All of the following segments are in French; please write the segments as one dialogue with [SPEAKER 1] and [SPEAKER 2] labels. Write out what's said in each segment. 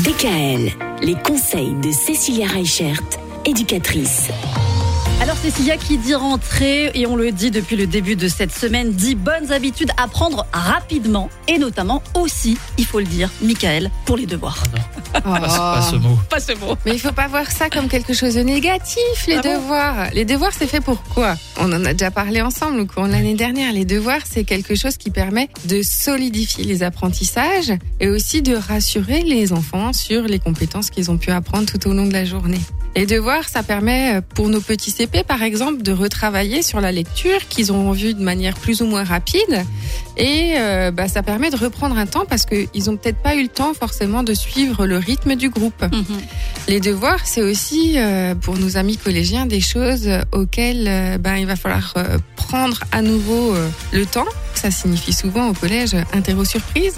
[SPEAKER 1] DKL, les conseils de Cécilia Reichert, éducatrice.
[SPEAKER 2] Alors Cécilia qui dit rentrer, et on le dit depuis le début de cette semaine, dit bonnes habitudes à prendre rapidement, et notamment aussi, il faut le dire, Michael, pour les devoirs.
[SPEAKER 3] Ah Pas, ce- pas ce mot.
[SPEAKER 2] Pas ce mot.
[SPEAKER 4] Mais il faut pas voir ça comme quelque chose de négatif, les
[SPEAKER 2] Ah bon
[SPEAKER 4] devoirs. les devoirs, c'est fait pour quoi On en a déjà parlé ensemble au cours de l'année dernière. Les devoirs, c'est quelque chose qui permet de solidifier les apprentissages et aussi de rassurer les enfants sur les compétences qu'ils ont pu apprendre tout au long de la journée. Les devoirs, ça permet euh, pour nos petits CP, par exemple, de retravailler sur la lecture qu'ils ont vue de manière plus ou moins rapide. Et euh, bah, ça permet de reprendre un temps parce qu'ils ont peut-être pas eu le temps forcément de suivre le rythme du groupe.
[SPEAKER 2] Mhm.
[SPEAKER 4] Les devoirs, c'est aussi euh, pour nos amis collégiens des choses euh, auxquelles euh, ben, il va falloir euh, prendre à nouveau euh, le temps. Ça signifie souvent au collège euh, interro surprise.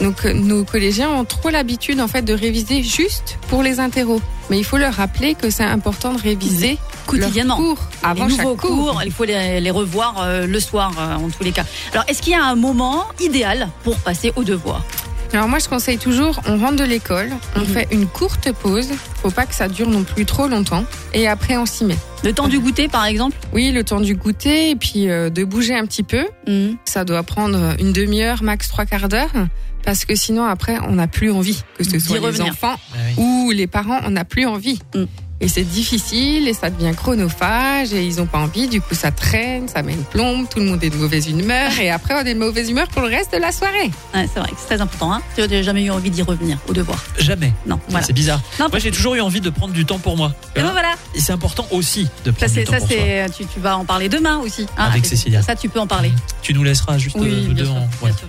[SPEAKER 4] Donc euh, nos collégiens ont trop l'habitude en fait de réviser juste pour les interros. Mais il faut leur rappeler que c'est important de réviser
[SPEAKER 2] Quotidiennement.
[SPEAKER 4] leurs cours avant
[SPEAKER 2] les
[SPEAKER 4] chaque
[SPEAKER 2] nouveaux
[SPEAKER 4] cours.
[SPEAKER 2] cours, il faut les, les revoir euh, le soir euh, en tous les cas. Alors est-ce qu'il y a un moment idéal pour passer aux devoirs
[SPEAKER 4] Alors moi je conseille toujours, on rentre de l'école, on
[SPEAKER 2] Mhm.
[SPEAKER 4] fait une courte pause, faut pas que ça dure non plus trop longtemps, et après on s'y met.
[SPEAKER 2] Le temps du goûter par exemple
[SPEAKER 4] Oui, le temps du goûter et puis euh, de bouger un petit peu.
[SPEAKER 2] Mhm.
[SPEAKER 4] Ça doit prendre une demi-heure, max trois quarts d'heure, parce que sinon après on n'a plus envie, que ce
[SPEAKER 2] D'y
[SPEAKER 4] soit les
[SPEAKER 2] revenir.
[SPEAKER 4] enfants
[SPEAKER 3] Ah oui.
[SPEAKER 4] ou les parents, on n'a plus envie.
[SPEAKER 2] Mm.
[SPEAKER 4] Et c'est difficile et ça devient chronophage et ils n'ont pas envie, du coup ça traîne, ça met une plombe, tout le monde est de mauvaise humeur et après on est de mauvaise humeur pour le reste de la soirée.
[SPEAKER 2] Ouais, C'est vrai que c'est très important. Hein tu n'as jamais eu envie d'y revenir aux devoirs.
[SPEAKER 3] Jamais.
[SPEAKER 2] Non, voilà.
[SPEAKER 3] C'est bizarre.
[SPEAKER 2] Non,
[SPEAKER 3] Moi, j'ai toujours eu envie de prendre du temps pour moi.
[SPEAKER 2] Et ben voilà,
[SPEAKER 3] Et c'est important aussi de
[SPEAKER 2] ça
[SPEAKER 3] prendre
[SPEAKER 2] c'est,
[SPEAKER 3] du temps
[SPEAKER 2] ça,
[SPEAKER 3] pour soi.
[SPEAKER 2] c'est- tu, tu vas en parler demain aussi. hein,
[SPEAKER 3] Avec Cécilia.
[SPEAKER 2] Ça, tu peux en parler.
[SPEAKER 3] Tu nous laisseras juste
[SPEAKER 2] Oui,
[SPEAKER 3] euh,
[SPEAKER 2] bien sûr,
[SPEAKER 3] dedans.
[SPEAKER 2] bien
[SPEAKER 3] Ouais.
[SPEAKER 2] sûr.